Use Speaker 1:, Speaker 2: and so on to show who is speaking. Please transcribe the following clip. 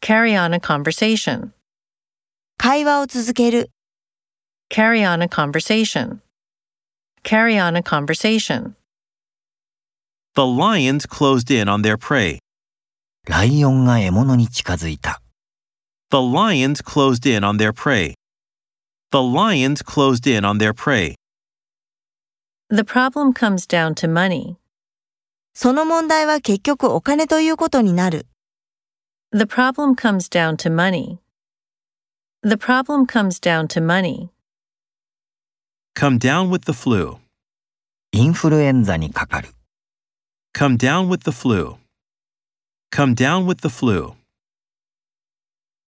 Speaker 1: Carry on a conversation.
Speaker 2: 会話を続ける、
Speaker 1: Carry on a conversation. Carry on a conversation.
Speaker 3: The lions closed in on their prey.
Speaker 4: ライオンが獲物に近づいた。
Speaker 3: The lions closed in on their prey. The lions closed in on their prey.
Speaker 1: The problem comes down to money.
Speaker 2: その問題は結局お金ということになる。
Speaker 1: The problem comes down to money. The problem comes down to money.
Speaker 3: Come down with the flu.
Speaker 4: インフルエンザにかかる。
Speaker 3: Come down with the flu. Come down with the flu.